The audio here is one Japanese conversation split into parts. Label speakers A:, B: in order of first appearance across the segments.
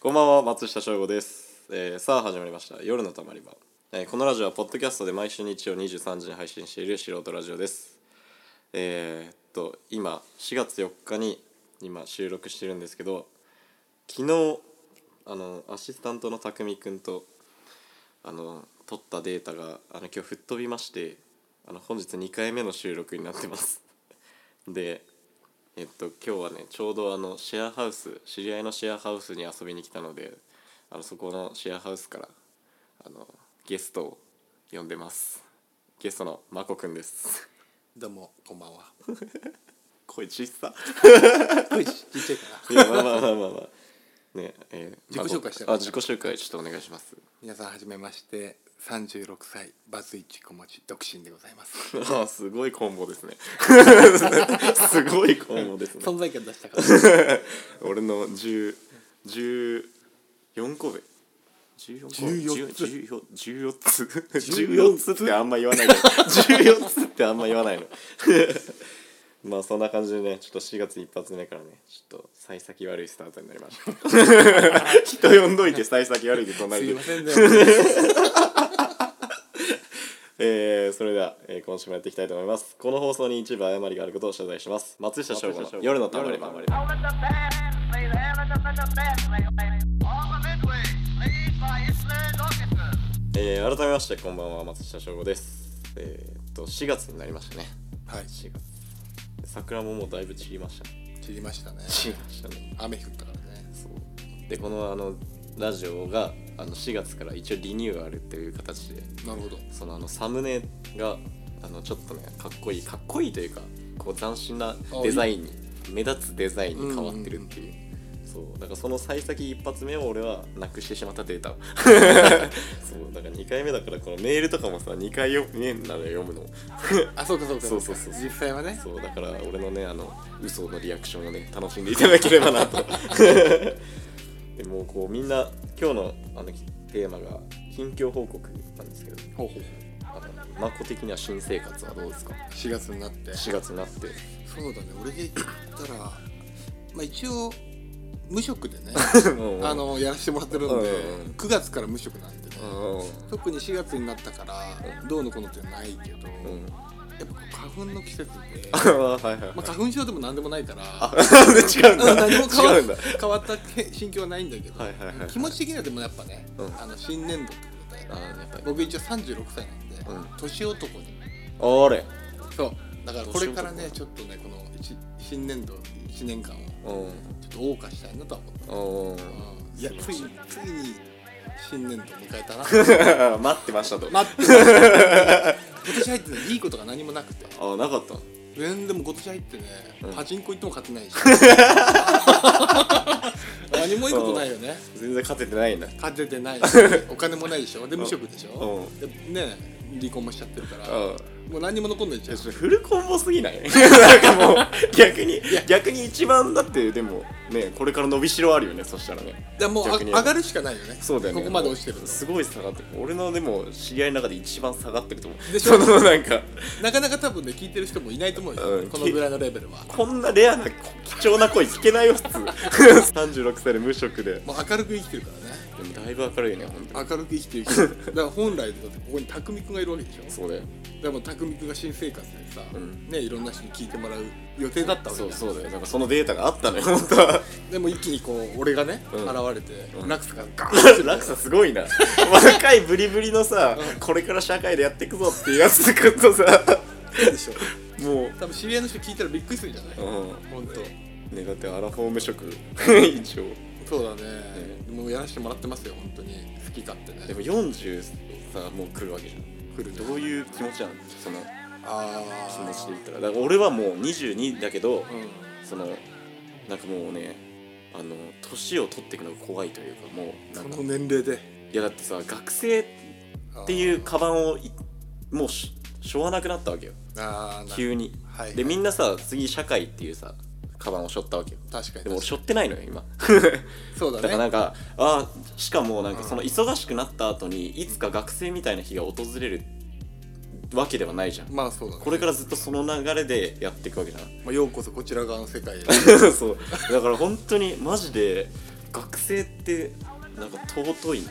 A: こんばんは松下翔吾です、えーさあ始まりました夜のたまり場、えーこのラジオはポッドキャストで毎週日曜23時に配信している素人ラジオですえーっと今4月4日に今収録してるんですけど昨日あのアシスタントの匠くんとあの取ったデータがあの今日吹っ飛びましてあの本日2回目の収録になってます でえっと今日はねちょうどあのシェアハウス知り合いのシェアハウスに遊びに来たのであのそこのシェアハウスからあのゲストを呼んでますゲストのまこくんです
B: どうもこんばんは。
A: 声小さ
B: 声ちちっちゃいか
A: い
B: な。
A: やまあまあまあまあまあねえー
B: 自己紹介して
A: まこあ自己紹介ちょっとお願いします
B: 皆さんはじめまして、三十六歳バツイチ子持ち独身でございます。
A: ああすごいコンボです ねすごいコンボですね
B: 存在感出したから。
A: 俺の10 14個上14個
B: 14つ
A: 14 14つ
B: 14
A: 14つってあんま言わないの14つってあんま言わないの まあそんな感じでねちょっと4月一発目からねちょっと幸先悪いスタートになりました 人呼んどいて幸先悪いで
B: す
A: 隣
B: い
A: で
B: ませんね。
A: えー、それでは、えー、今週もやっていきたいと思いますこの放送に一部誤りがあることを謝罪します松下翔吾の夜のたまり場
C: All in the band, play the hell in the, in the band, play, play. All the midway, played by Island Orchestra.
A: えー、改めましてこんばんは松下翔吾ですえー、っと4月になりましたね
B: はい、
A: 4月桜ももうだいぶ散りましたね
B: 切りましたね。
A: 散りましたね
B: 雨降ったからね。
A: そうでこのあのラジオがあの4月から一応リニューアルっていう形で
B: なるほど。
A: そのあのサムネがあのちょっとねかっこいいかっこいいというかこう斬新なデザインに目立つデザインに変わってるっていう,、そうだからその幸先一発目を俺はなくしてしまったデータ をそうだから2回目だからこのメールとかもさ2回読めんなのよ読むの
B: あ、そうかそうか。
A: そうそうそう
B: 実際はね。
A: そうだから俺のねあの嘘のリアクションをね楽しんでいただければな とでもうこうみんな今日のあのテーマが近況報告なんですけど
B: ほうほう。
A: あのマコ的には新生活はどうですか
B: 四月になって。
A: 4月になって
B: そうだね。俺で言ったら、まあ一応無職でね、 あ
A: あ
B: のやらしてもらってるん
A: うんうんう
B: で
A: ん、
B: 九月から無職なんでね。
A: うん
B: 特に4月になったからどうのこうのっていうのはないけど、
A: うん
B: やっぱ花粉の季節で、
A: あはいはいはい
B: まあ、花粉症でも何でもないから
A: 違うんだ
B: 何も変わ
A: 違うんだ
B: 変わったけ心境はないんだけど、
A: はいはいはいはい
B: 気持ち的にはでもやっぱね、
A: うん
B: あの新年度ってことで
A: あーやっぱり
B: 僕一応36歳なんで、
A: うん
B: 年男に
A: あれ
B: そうだからこれから
A: 年
B: ねちょっとねこの一新年度1年間を
A: うん
B: ちょっと謳歌したいなとは思った、
A: うん
B: うんいやついついに新年度を迎えたな
A: 待ってましたと
B: 待ってました 今年入ってねいいことが何もなくて
A: あなかった
B: 全然もう今年入ってね、
A: うん
B: パチンコ行っても勝てない し何もいいことないよね
A: 全然勝ててないんだ
B: 勝ててないし お金もないでしょで無職でしょでね離婚もしちゃってるから
A: うん
B: もう何にも残んないじゃん
A: ちょフルコンボすぎないなんかもう逆に逆に一番だってでもねこれから伸びしろあるよねそしたらね
B: でもうあ
A: 逆に
B: 上がるしかないよね
A: そうだよね
B: ここまで落ちてると
A: すごい下がってる俺のでも知り合いの中で一番下がってると思う
B: でし
A: そ
B: ょ
A: のなんか
B: なかなか多分ね聞いてる人もいないと思うよ、
A: うん
B: このぐらいのレベル は
A: こんなレアな貴重な声聞けないよ普通 36歳で無職で
B: もう明るく生きてるからね
A: でもだいぶ明るいね本当に
B: 明るく生きてる人 だから本来だってここに匠君がいるわけでしょ
A: そうだよ
B: でも匠君が新生活でさ、
A: ん
B: ねいろんな人に聞いてもらう予定だったわけじゃ
A: そ
B: ん
A: うそうだよなんかそのデータがあったのよ本当 は
B: でも一気にこう俺がね、
A: ん
B: 現れて、落差がガーンって
A: 落差すごい な若いブリブリのさこれから社会でやっていくぞっていうやつとかとさ
B: くるでしょ
A: もう
B: 多分知り合いの人聞いたらびっくりするんじゃない、
A: う
B: ほんと
A: んねだってアラフォー無職 一応
B: そうだね、もうやらせてもらってますよ本当に好き勝手ね
A: でも40さもう来るわけじゃん
B: 来る
A: どういう気持ちなのその
B: あ
A: 気
B: あ
A: 持ちで言ったらだから俺はもう22だけど
B: うん
A: そのなんかもうねあの年を取っていくのが怖いというかもうなんか
B: その年齢で
A: いやだってさ学生っていうカバンをいもうししょうがなくなったわけよ
B: あーな
A: 急に、
B: はいはい
A: でみんなさ次社会っていうさカバンを背負ったわけよ
B: 確かに
A: でも俺
B: 確
A: 背負ってないのよ 今
B: かにそうだ
A: だ
B: ね
A: からなんかあーしかもなんか
B: うん
A: その忙しくなった後にいつか学生みたいな日が訪れるわけではないじゃん
B: まあそうだね
A: これからずっとその流れでやっていくわけじゃん
B: まあ、ようこそこちら側の世界へ
A: そうだから本当にマジで学生ってなんか尊いな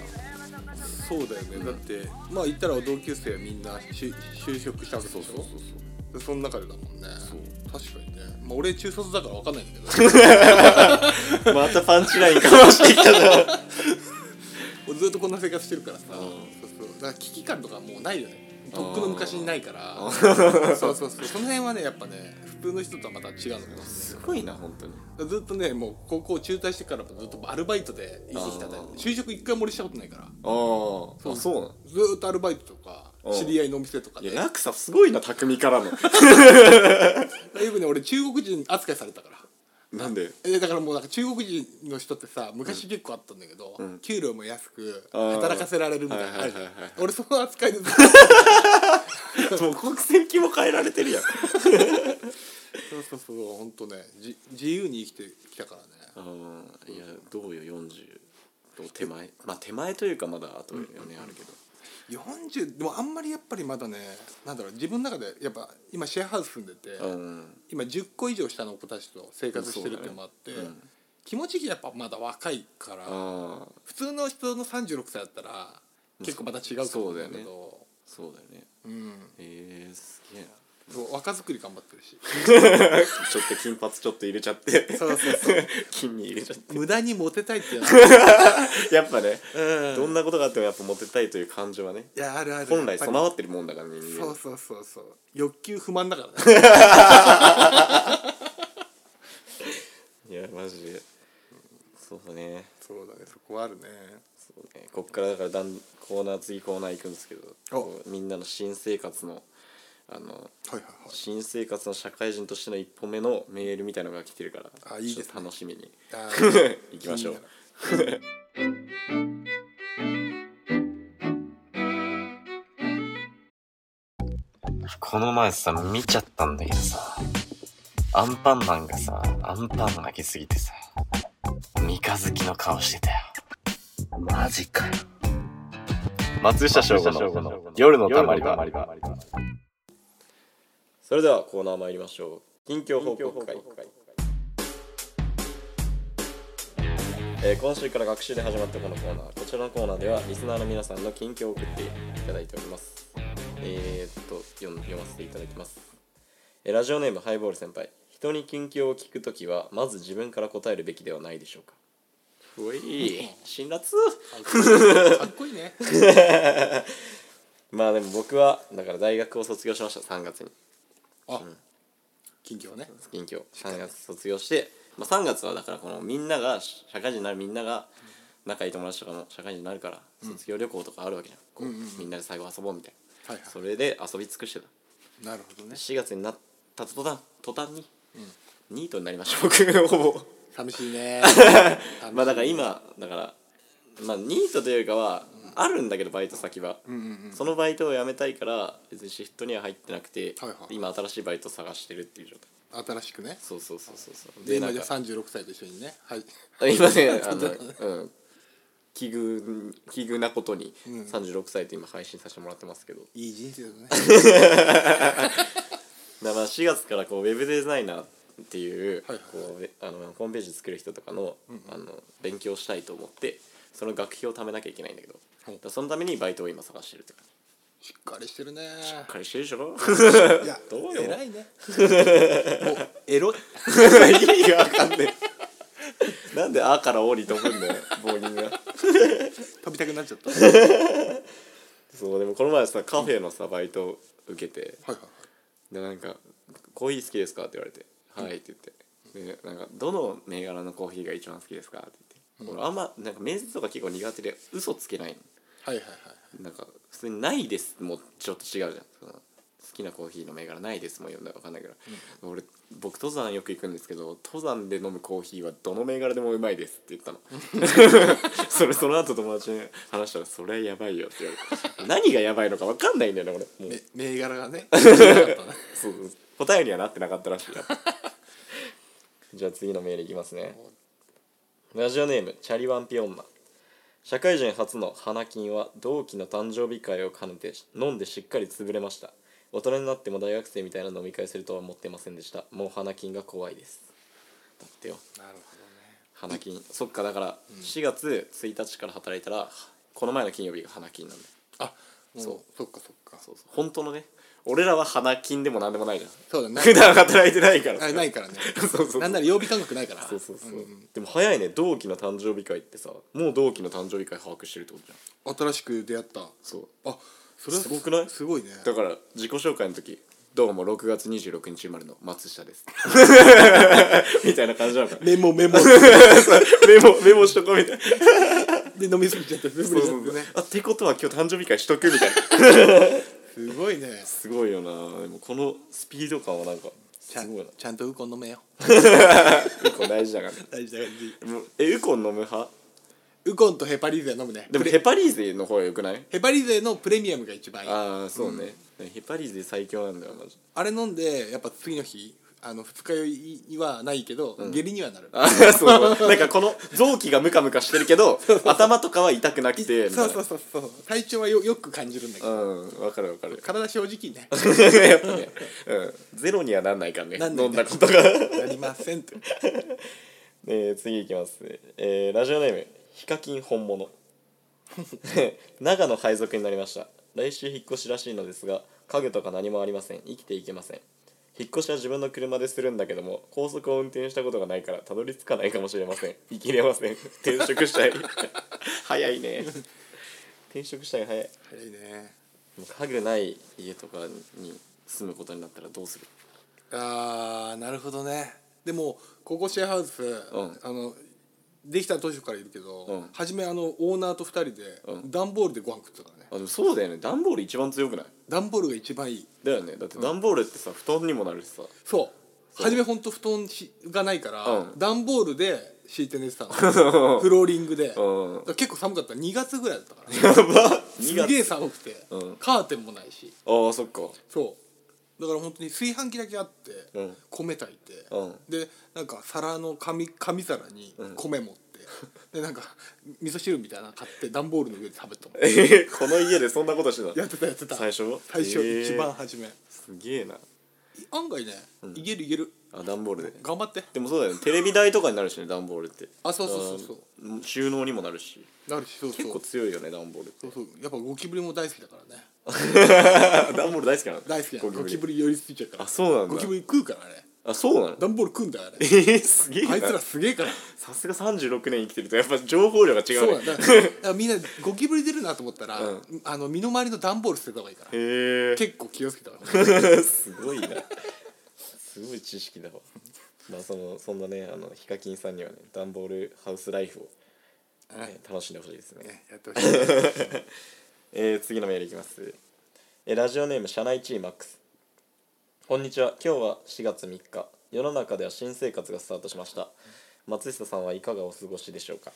B: そうだよね、だってまあ言ったら同級生はみんな就就職したわけでしょそうそうそうその中でだもんね確かにねまあ俺中卒だから分かんないんだけど
A: またパンチラインかましてきた な
B: 俺ずっとこんな生活してるからさ、
A: ん
B: そうそうだから危機感とかもうないよねとっくの
A: あー
B: 昔にないから そうそうそうその辺はねやっぱね普通の人とはまた違うのかもし
A: すごいな本当に
B: れないずっとねもう高校中退してからもずっとアルバイトで生きてきたタイプ
A: あー
B: 就職一回も俺したことないから
A: あーあそうなの
B: ずーっとアルバイトとか
A: うん
B: 知り合いのお店とかで
A: いや落差すごいな匠からの
B: だいぶね俺中国人扱いされたから
A: なんで
B: えだからもうなんか中国人の人ってさ昔結構あったんだけど、
A: ん
B: 給料も安く
A: あー
B: 働かせられるみたいなのあるじゃん、
A: はいはいはいはい
B: 俺その扱いでずっと
A: もう国籍も変えられてるやん
B: そうそうそう本当ねじ自由に生きてきたからね
A: あーいやどうよ40と手前まあ手前というかまだあと4年あるけど
B: 40でもあんまりやっぱりまだねなんだろう自分の中でやっぱ今シェアハウス住んでて、
A: うん
B: 今10個以上下の子たちと生活してるってのもあって、
A: そうだねうん
B: 気持ちがやっぱまだ若いから、
A: ああ
B: 普通の人の36歳だったら結構また違うと思うんだけど
A: そうだよね
B: うん
A: えー、すげえな
B: そう若作り頑張ってるし
A: ちょっと金髪ちょっと入れちゃって
B: そうそうそう
A: 金に入れちゃっ
B: 無駄にモテたいってやつ
A: てやっぱね
B: う
A: ど
B: ん
A: んなことがあってもやっぱモテたいという感情はね
B: いやあるある
A: 本来
B: そ
A: 備わってるもんだから人間
B: そうそうそうそう欲求不満 だからね
A: いやマジでそうだね
B: そうだねそこはあるね
A: そうねこっからだからだんコーナー次コーナー行くんですけどこうみんなの新生活のあの
B: はいはい
A: 新生活の社会人としての一歩目のメールみたいのが来てるから
B: あいいですね
A: ちょっと楽しみに
B: はいあー
A: 行きましょうこの前さ見ちゃったんだけどさアンパンマンがさアンパン負けすぎてさ三日月の顔してたよマジかよ松下翔吾の夜のたまり場それではコーナー参りましょう近況報告会えー今週から学習で始まったこのコーナーこちらのコーナーではリスナーの皆さんの近況を送っていただいておりますえー、っと読ん読ませていただきますえーラジオネームハイボール先輩人に近況を聞くときはまず自分から答えるべきではないでしょうかうい辛辣
B: かっこいいね
A: まあでも僕はだから大学を卒業しました3月に
B: あ近況ね
A: 近況3月卒業して、まあ、3月はだからこのみんなが社会人になるみんなが仲いい友達とかも社会人になるから卒業旅行とかあるわけじゃん、こうみんなで最後遊ぼうみたいな、
B: はいはい
A: それで遊び尽くしてた
B: なるほどね
A: 4月になった途端途端に、ニートになりました僕ほぼ
B: 寂しいね
A: まあだから今だからまあニートというかはあるんだけどバイト先は、
B: うんうん
A: そのバイトを辞めたいから別にシフトには入ってなくて、
B: はいはい
A: 今新しいバイト探してるっていう状態
B: うん新しくね
A: そうそうそうそうそう
B: で今
A: なん
B: じ
A: か
B: ゃ36歳と一緒にねはい
A: 今 ねあの、うん、奇遇奇遇なことに36歳と今配信させてもらってますけど、
B: いい人生だね
A: だから4月からこうウェブデザイナーっていう,、
B: はいはい
A: こうえあのホームページ作る人とかの,、あの勉強したいと思ってその学費を貯めなきゃいけないんだけど、
B: はい
A: だからそのためにバイトを今探してるって感じ
B: しっかりしてるね
A: し っかりしてるでし ょ
B: いや
A: どうよ
B: 偉 いねもうエロい
A: 意味がわかんねえなんで「あ」から「お」に飛ぶんだよ棒人が。
B: 飛びたくなっちゃったはい
A: そうでもこの前さカフェのさバイト受けて、
B: はいはい
A: でなんか「コーヒー好きですか?」って言われて「はい」って言ってでなんか「どの銘柄のコーヒーが一番好きですか?」って言って、俺あんまなんか面接とか結構苦手で嘘つけない
B: はいはいはい
A: なんか普通に「ないです」もちょっと違うじゃんその好きなコーヒーの銘柄「ないです」も読んだら分かんないから、俺僕登山よく行くんですけど登山で飲むコーヒーはどの銘柄でもうまいですって言ったのそれその後友達に話したら「それはやばいよ」って言われて何がやばいのか分かんないんだよね俺もう
B: め銘柄がねお
A: そうそう 答えにはなってなかったらしいな じゃあ次のメールいきますねラジオネームチャリワンピオンマ社会人初の花金は同期の誕生日会を兼ねて飲んでしっかり潰れました大人になっても大学生みたいな飲み会するとは思ってませんでしたもう花金が怖いですだってよ
B: なるほどね
A: 花金そっかだから4月1日から働いたらこの前の金曜日が花金なんだよ
B: あそ
A: そう
B: うそっかそっか
A: そうそう本当のね俺らは花金でも何でもないじゃん
B: そうだね
A: 普段働いてないから
B: あ
A: さ
B: ないからね
A: そうそう
B: なんなら曜日感覚ないから
A: そうそうそう、
B: ん
A: でも早いね同期の誕生日会ってさもう同期の誕生日会把握してるってことじゃん
B: ん新しく出会った
A: そう
B: あそれは
A: すごくない
B: すごいね
A: だから自己紹介の時「どうも6月26日生まれの松下 です」みたいな感じなのかな
B: メ モメモ
A: メモメモしとこうみたいな
B: で飲みすぎちゃってメモ
A: そう
B: しち
A: そ
B: ゃ
A: う
B: っ
A: そ
B: て
A: う
B: ね
A: あってことは今日誕生日会しとくみたいな
B: すごいね
A: すごいよなでもこのスピード感はなんか
B: ち
A: す
B: ゃん
A: ごいな
B: ちゃんとウコン飲めよ
A: 結構大事だからね
B: 大事大事
A: もうえウコン飲む派
B: ウコンとヘパリーゼ飲むね
A: でも
B: プレ
A: ヘパリーゼの方がよくない
B: ヘパリーゼのプレミアムが一番いいあ
A: ああそうね、ヘパリーゼ最強なんだよマジ
B: れ飲んでやっぱ次の日あの二日酔いにはないけど、下痢にはなる
A: あー そうなんかこの臓器がムカムカしてるけど頭とかは痛くなくてみた
B: そ
A: いうな
B: そうそうそう体調はよよく感じるんだけど
A: うんわかるわかる
B: 体正直ね
A: やっぱね、うん、ゼロにはなんないからね
B: なんない
A: 飲んだことが
B: なりませんと
A: えー次いきます、えーラジオネームヒカキン本 物長野配属になりました来週引っ越しらしいのですが家具とか何もありません生きていけません引っ越しは自分の車でするんだけども高速を運転したことがないからたどり着かないかもしれません生きれません転職したい 早いね転職したい早い
B: 早いね
A: もう家具ない家とかに住むことになったらどうする
B: あーなるほどねでもここシェアハウス、
A: ん
B: あのできた当初からいるけど、
A: うん
B: 初めあのオーナーと二人で
A: うん
B: 段、ボールでご飯食ってたからね
A: あでもそうだよね段ボール一番強くない
B: 段ボールが一番いい
A: だよねだって段ボールってさ、布団にもなるしさ
B: そう
A: そう
B: 初めほんと布団しがないから、
A: うん
B: 段ボールで敷いて寝てたの フローリングで、だ
A: うん
B: から結構寒かった2月ぐらいだったから
A: やば
B: すげえ寒くて、
A: うん
B: カーテンもないし
A: ああそっか
B: そうだから本当に炊飯器だけあって、
A: うん
B: 米炊いて、
A: うん
B: でなんか皿の紙紙皿に米持って、 でなんか味噌汁みたいなの買って段ボールの上で食べたもん
A: えーこの家でそんなことしてた
B: やってたやってた
A: 最初
B: 最初、
A: へー
B: 一番初め
A: すげえな
B: 案外ね、いけるいける
A: あ段ボールで
B: 頑張って
A: でもそうだよねテレビ台とかになるしね段ボールって
B: あそうそうそうそう
A: うん収納にもなるし
B: なるしそうそう
A: 結構強いよね段ボールって
B: そうそうやっぱゴキブリも大好きだからね
A: あ 段ボール大好きなの
B: 大好きなのゴ
A: ゴ
B: キ
A: キ
B: ブ
A: ブリ
B: リ寄りついちゃうから
A: あそうなんだ
B: ゴキブリ食うからあれ
A: あそうなの
B: 段ボール食うんだよあ
A: え
B: れ
A: ー、すげえな
B: あいつらすげえから
A: さすが36年生きてるとやっぱ情報量が違
B: そう
A: う
B: な
A: ね
B: んだだからだからみんなゴキブリ出るなと思ったら、
A: うん
B: あの身の回りの段ボール捨てた方がいいから
A: へえ
B: 結構気をつけた 方がい い
A: すごいなすごい知識だわまあそのそんなねあのヒカキンさんにはね段ボールハウスライフを、ね楽しんでほしいですね、
B: ねやってほしい
A: えー次のメールいきます、えーラジオネーム社内チーマックスこんにちは今日は4月3日世の中では新生活がスタートしました松下さんはいかがお過ごしでしょうか、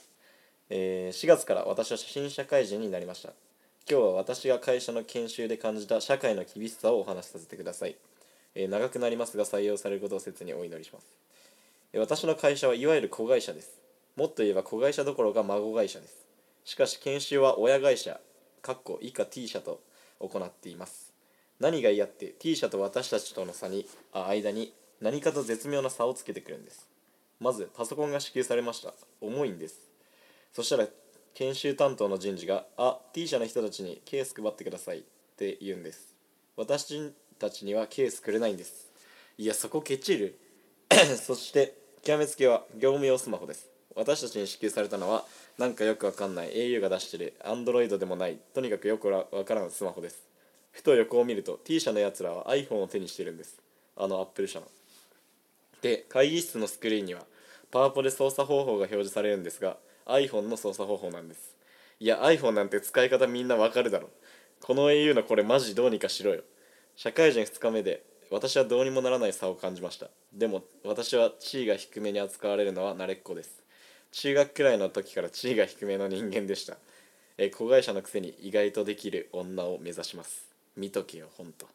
A: えー4月から私は新社会人になりました今日は私が会社の研修で感じた社会の厳しさをお話しさせてください、えー長くなりますが採用されることを切にお祈りしますえー私の会社はいわゆる子会社ですもっと言えば子会社どころが孫会社ですしかし研修は親会社かっこ以下 T 社と行っています何が嫌って T 社と私たちとの差にあ間に何かと絶妙な差をつけてくるんですまずパソコンが支給されました重いんですそしたら研修担当の人事が「あ T 社の人たちにケース配ってください」って言うんです私たちにはケースくれないんですいやそこケチる そして極めつけは業務用スマホです私たちに支給されたのはなんかよくわかんない au が出してる Android でもないとにかくよくわからんスマホですふと横を見ると T 社のやつらは iPhone を手にしてるんですあの Apple 社ので会議室のスクリーンにはパワポで操作方法が表示されるんですが iPhone の操作方法なんですいや iPhone なんて使い方みんなわかるだろこの au のこれマジどうにかしろよ社会人2日目で私はどうにもならない差を感じましたでも私は地位が低めに扱われるのは慣れっこです中学くらいの時から地位が低めの人間でしたえー子会社のくせに意外とできる女を目指します見とけよほんとっ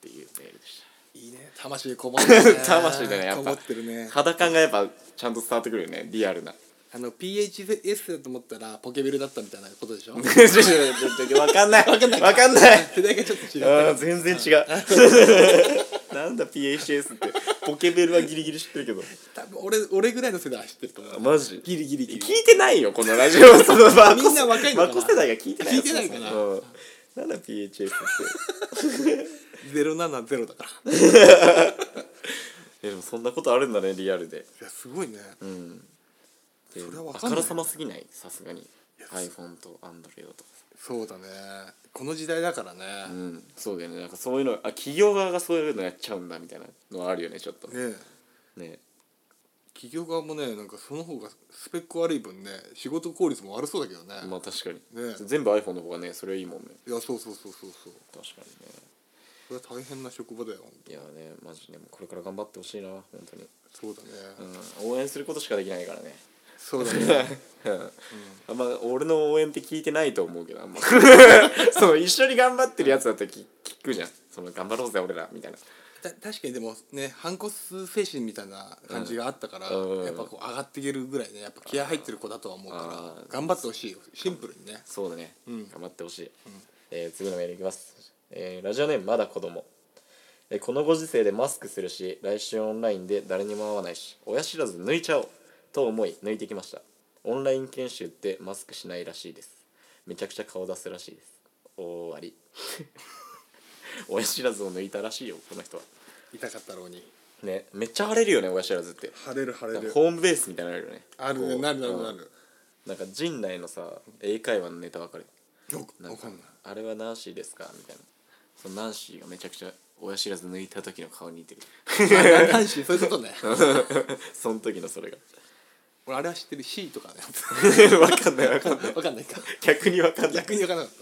A: ていうメールでし
B: いいね魂こもってるね
A: 魂だねやっぱ
B: こもってるね
A: た肌感がやっぱちゃんと伝わってくるよねリアル な
B: あの PHS だと思ったらポケベルだったみたいなことでしょ
A: 分かんない分かんない分かんない
B: 世代がちょっと違う
A: あー全然違うなんだ PHS ってポケベルはギリギリ知ってるけど
B: 多分俺俺ぐらいの世代は知ってると思う
A: マジ
B: ギリギリギリ
A: 聞いてないよこのラジオそのまあ
B: みんな若いのかな
A: マコ世代が聞いてないよ
B: 聞いてないかな
A: そもそもうん、なんだ PHS って
B: 070だからい
A: えでもそんなことあるんだねリアルで
B: やすごいね、
A: うんで
B: それはわ
A: あ
B: か
A: か
B: んない
A: らさますぎないさすがに
B: や
A: iPhone と Android とか
B: そうだねこの時代だからね、
A: うんそうだよねなんかそういうのあ企業側がそういうのやっちゃうんだみたいなのはあるよねちょっとね
B: ねえ企業側もねなんかその方がスペック悪い分ね仕事効率も悪そうだけどね、
A: まあ確かに、
B: ね
A: 全部 iPhone の方がねそれはいいもんね
B: いやそうそうそうそうそう
A: 確かにね
B: それは大変な職場だよほんと
A: いやねマジでもうこれから頑張ってほしいな本当に、
B: そうだね、
A: うん、応援することしかできないからね
B: そうだね
A: あんま俺の応援って聞いてないと思うけどあんま その一緒に頑張ってるやつだったら聞聞くじゃんその頑張ろうぜ俺らみたいな
B: た確かにでもね反骨精神みたいな感じがあったから、
A: うん
B: やっぱこう上がっていけるぐらいねやっぱ気合入ってる子だとは思う
A: あ
B: から
A: ー
B: 頑張ってほしいよシンプルにね
A: そうだね、
B: ん
A: 頑張ってほしい、えー次のメールいきます、えーラジオネームまだ子供えーこのご時世でマスクするし来週オンラインで誰にも会わないし親知らず抜いちゃおうと思い抜いてきましたオンライン研修ってマスクしないらしいですめちゃくちゃ顔出すらしいです終わり 親知らずを抜いたらしいよこの人は
B: 痛かったろうに
A: ねめっちゃ腫れるよね親知らずって
B: 晴れる晴れる
A: ホームベースみたいになのあるよね
B: ある
A: こ
B: ね
A: う
B: なるなる
A: うん
B: なる
A: なんか陣内のさ英会話のネタわかるな
B: わ
A: ん
B: か
A: か
B: んない
A: あれはナンシーですかみたいなそのナンシーがめちゃくちゃ親知らず抜いた時の顔に似てる
B: 何しそういうことね
A: その時のそれが
B: 俺あれは知ってる C とかね
A: わかんないわかんない
B: わかんないか
A: 逆にわかんない
B: 逆にわからなかっ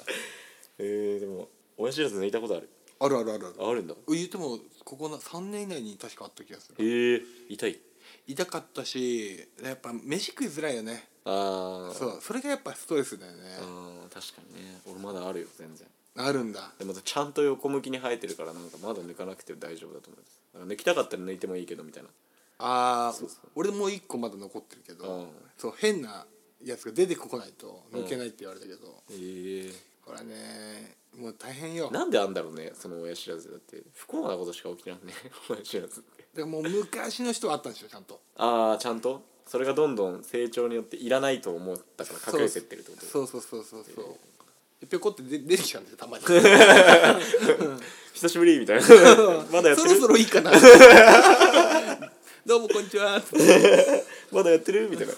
A: えー、でも親知らず抜いたことある
B: たあるあるあるある
A: ああるんだ
B: 言ってもここな3年以内に確かあった気がす
A: え
B: る
A: ー、痛い
B: 痛かったしやっぱ飯食いづらいよね
A: ああ
B: そううそれがやっぱストレスだよね
A: ん確かにね俺まだあるよ全然
B: あるんだ
A: でまたちゃんと横向きに生えてるからなんかまだ抜かなくて大丈夫だと思いますだから抜きたかったら抜いてもいいけどみたいな
B: あー
A: そうそう
B: 俺もう1個まだ残ってるけど、
A: うん
B: そう変なやつが出てこないと抜けないって言われたけど、
A: えー、
B: ほらねもう大変よだか
A: なんであんだろうねその親知らずだって不幸なことしか起きてないね 親知らずって
B: らもう昔の人はあったんですよちゃん と
A: ああちゃんとそれがどんどん成長によっていらないと思ったから隠れてってるってこと
B: そうそうそうそうそうでぴょこって出出てきちゃうんだよ たまに
A: 久しぶりみたいな まだやって
B: そ
A: る
B: ろそろいいかな どうもこんにちは
A: まだやってるみたい な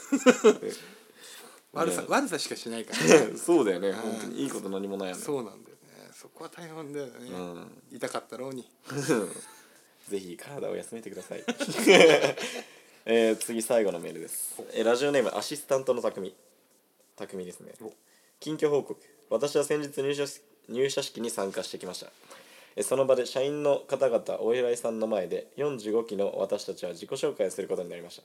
B: 悪さ悪さしかしないからね
A: そうだよね本当にいいこと何もないよね
B: そうなんだよねそこは大変だよね、
A: ん
B: 痛かったろうに
A: ぜひ体を休めてください、 えー次最後のメールです、えーラジオネームアシスタントの匠匠ですね近況報告私は先日入社し入社式に参加してきましたえーその場で社員の方々お偉いさんの前で45期の私たちは自己紹介をすることになりました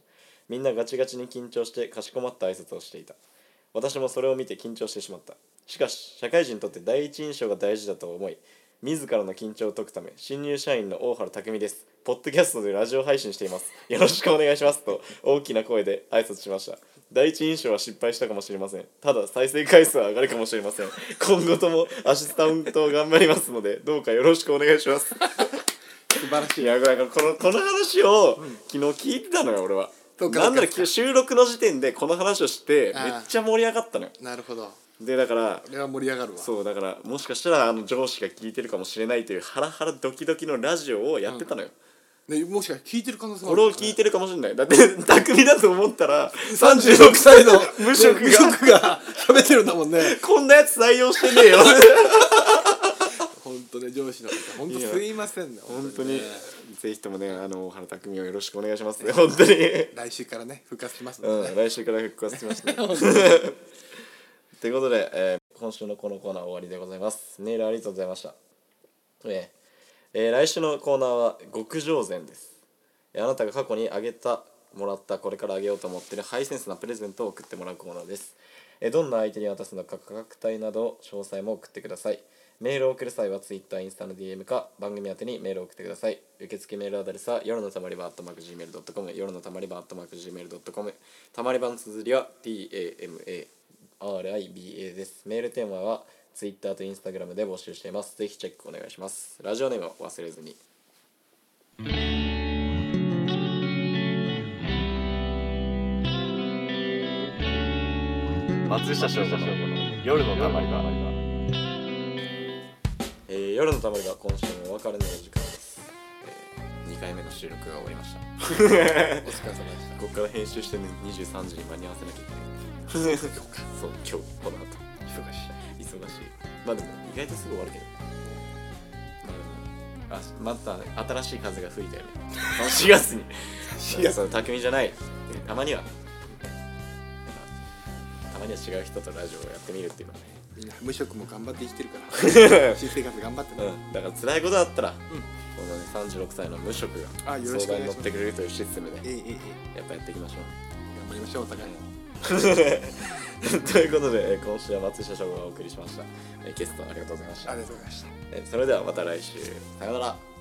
A: みんなガチガチに緊張してかしこまった挨拶をしていた私もそれを見て緊張してしまったしかし社会人にとって第一印象が大事だと思い自らの緊張を解くため新入社員の大原匠ですポッドキャストでラジオ配信していますよろしくお願いしますと大きな声で挨拶しました第一印象は失敗したかもしれませんただ再生回数は上がるかもしれません今後ともアシスタントを頑張りますのでどうかよろしくお願いします
B: 素晴らし
A: い
B: い
A: やだからこのこの話を昨日聞いてたのよ俺は
B: そうか
A: なんなら
B: そうか
A: 収録の時点でこの話をしてめっ
B: あー
A: ちゃ盛り上がったのよ
B: なるほど
A: でだから
B: これは盛り上がるわ
A: そうだからもしかしたらあの上司が聞いてるかもしれないというハラハラドキドキのラジオをやってたのよ、
B: ね、もしかして聞いてる可能性も
A: これを聞いてるかもしれないだって匠だと思ったら
B: 36
A: 36
B: 歳の
A: 無職
B: 無
A: が
B: 職が喋ってるんだもんね
A: こんなやつ採用してねえよ
B: 本当ね上司の方本当すいませんね
A: 本当に
B: ね
A: ぜひともねあの原匠をよろしくお願いします 本当に
B: 来週からね復活しますの
A: う
B: で、ね
A: ん来週から復活しましたということで、えー今週のこのコーナー終わりでございますメールありがとうございましたえーえー来週のコーナーは極上膳ですえーあなたが過去にあげたもらったこれからあげようと思ってるハイセンスなプレゼントを送ってもらうコーナーですえーどんな相手に渡すのか価格帯など詳細も送ってくださいメールを送る際は Twitter、インスタの DM か番組宛てにメールを送ってください受付メールアドレスは夜のたまり場 atmacgmail.com 夜のたまり場 atmacgmail.com たまり場の綴りは TAMA RIBA です。メールテーマは Twitter と Instagram で募集しています。ぜひチェックお願いします。ラジオネームを忘れずに。松下翔子の夜のたまり場、えー夜のたまり場今週もお別れのお時間です、え2回目の収録が終わりました
B: お疲れ様でした
A: ここから編集して、ね、23時に間に合わせなきゃいけないそう今日この後
B: 忙しい
A: 忙しいまあでも意外とすぐ終わるけどまあでもあまた新しい風が吹いたよ ね4月に4
B: 4月
A: 月の匠じゃないたまにはたまには違う人とラジオをやってみるっていうのはね
B: みんな無職も頑張って生きてるから 新生活頑張ってね
A: うん、だから辛いことだったら、このね36歳の無職が
B: あよろし
A: 相
B: くお
A: 談に
B: 願いします
A: 乗ってくれるというシステムで
B: えええええ
A: やっぱやっていきましょ
B: え頑張りましょうお互いに
A: う ということでえー今週は松下翔吾がお送りしましたえーゲストありがとうございまし
B: あ
A: た
B: りがとうございました
A: えーそれではまた来週さようなら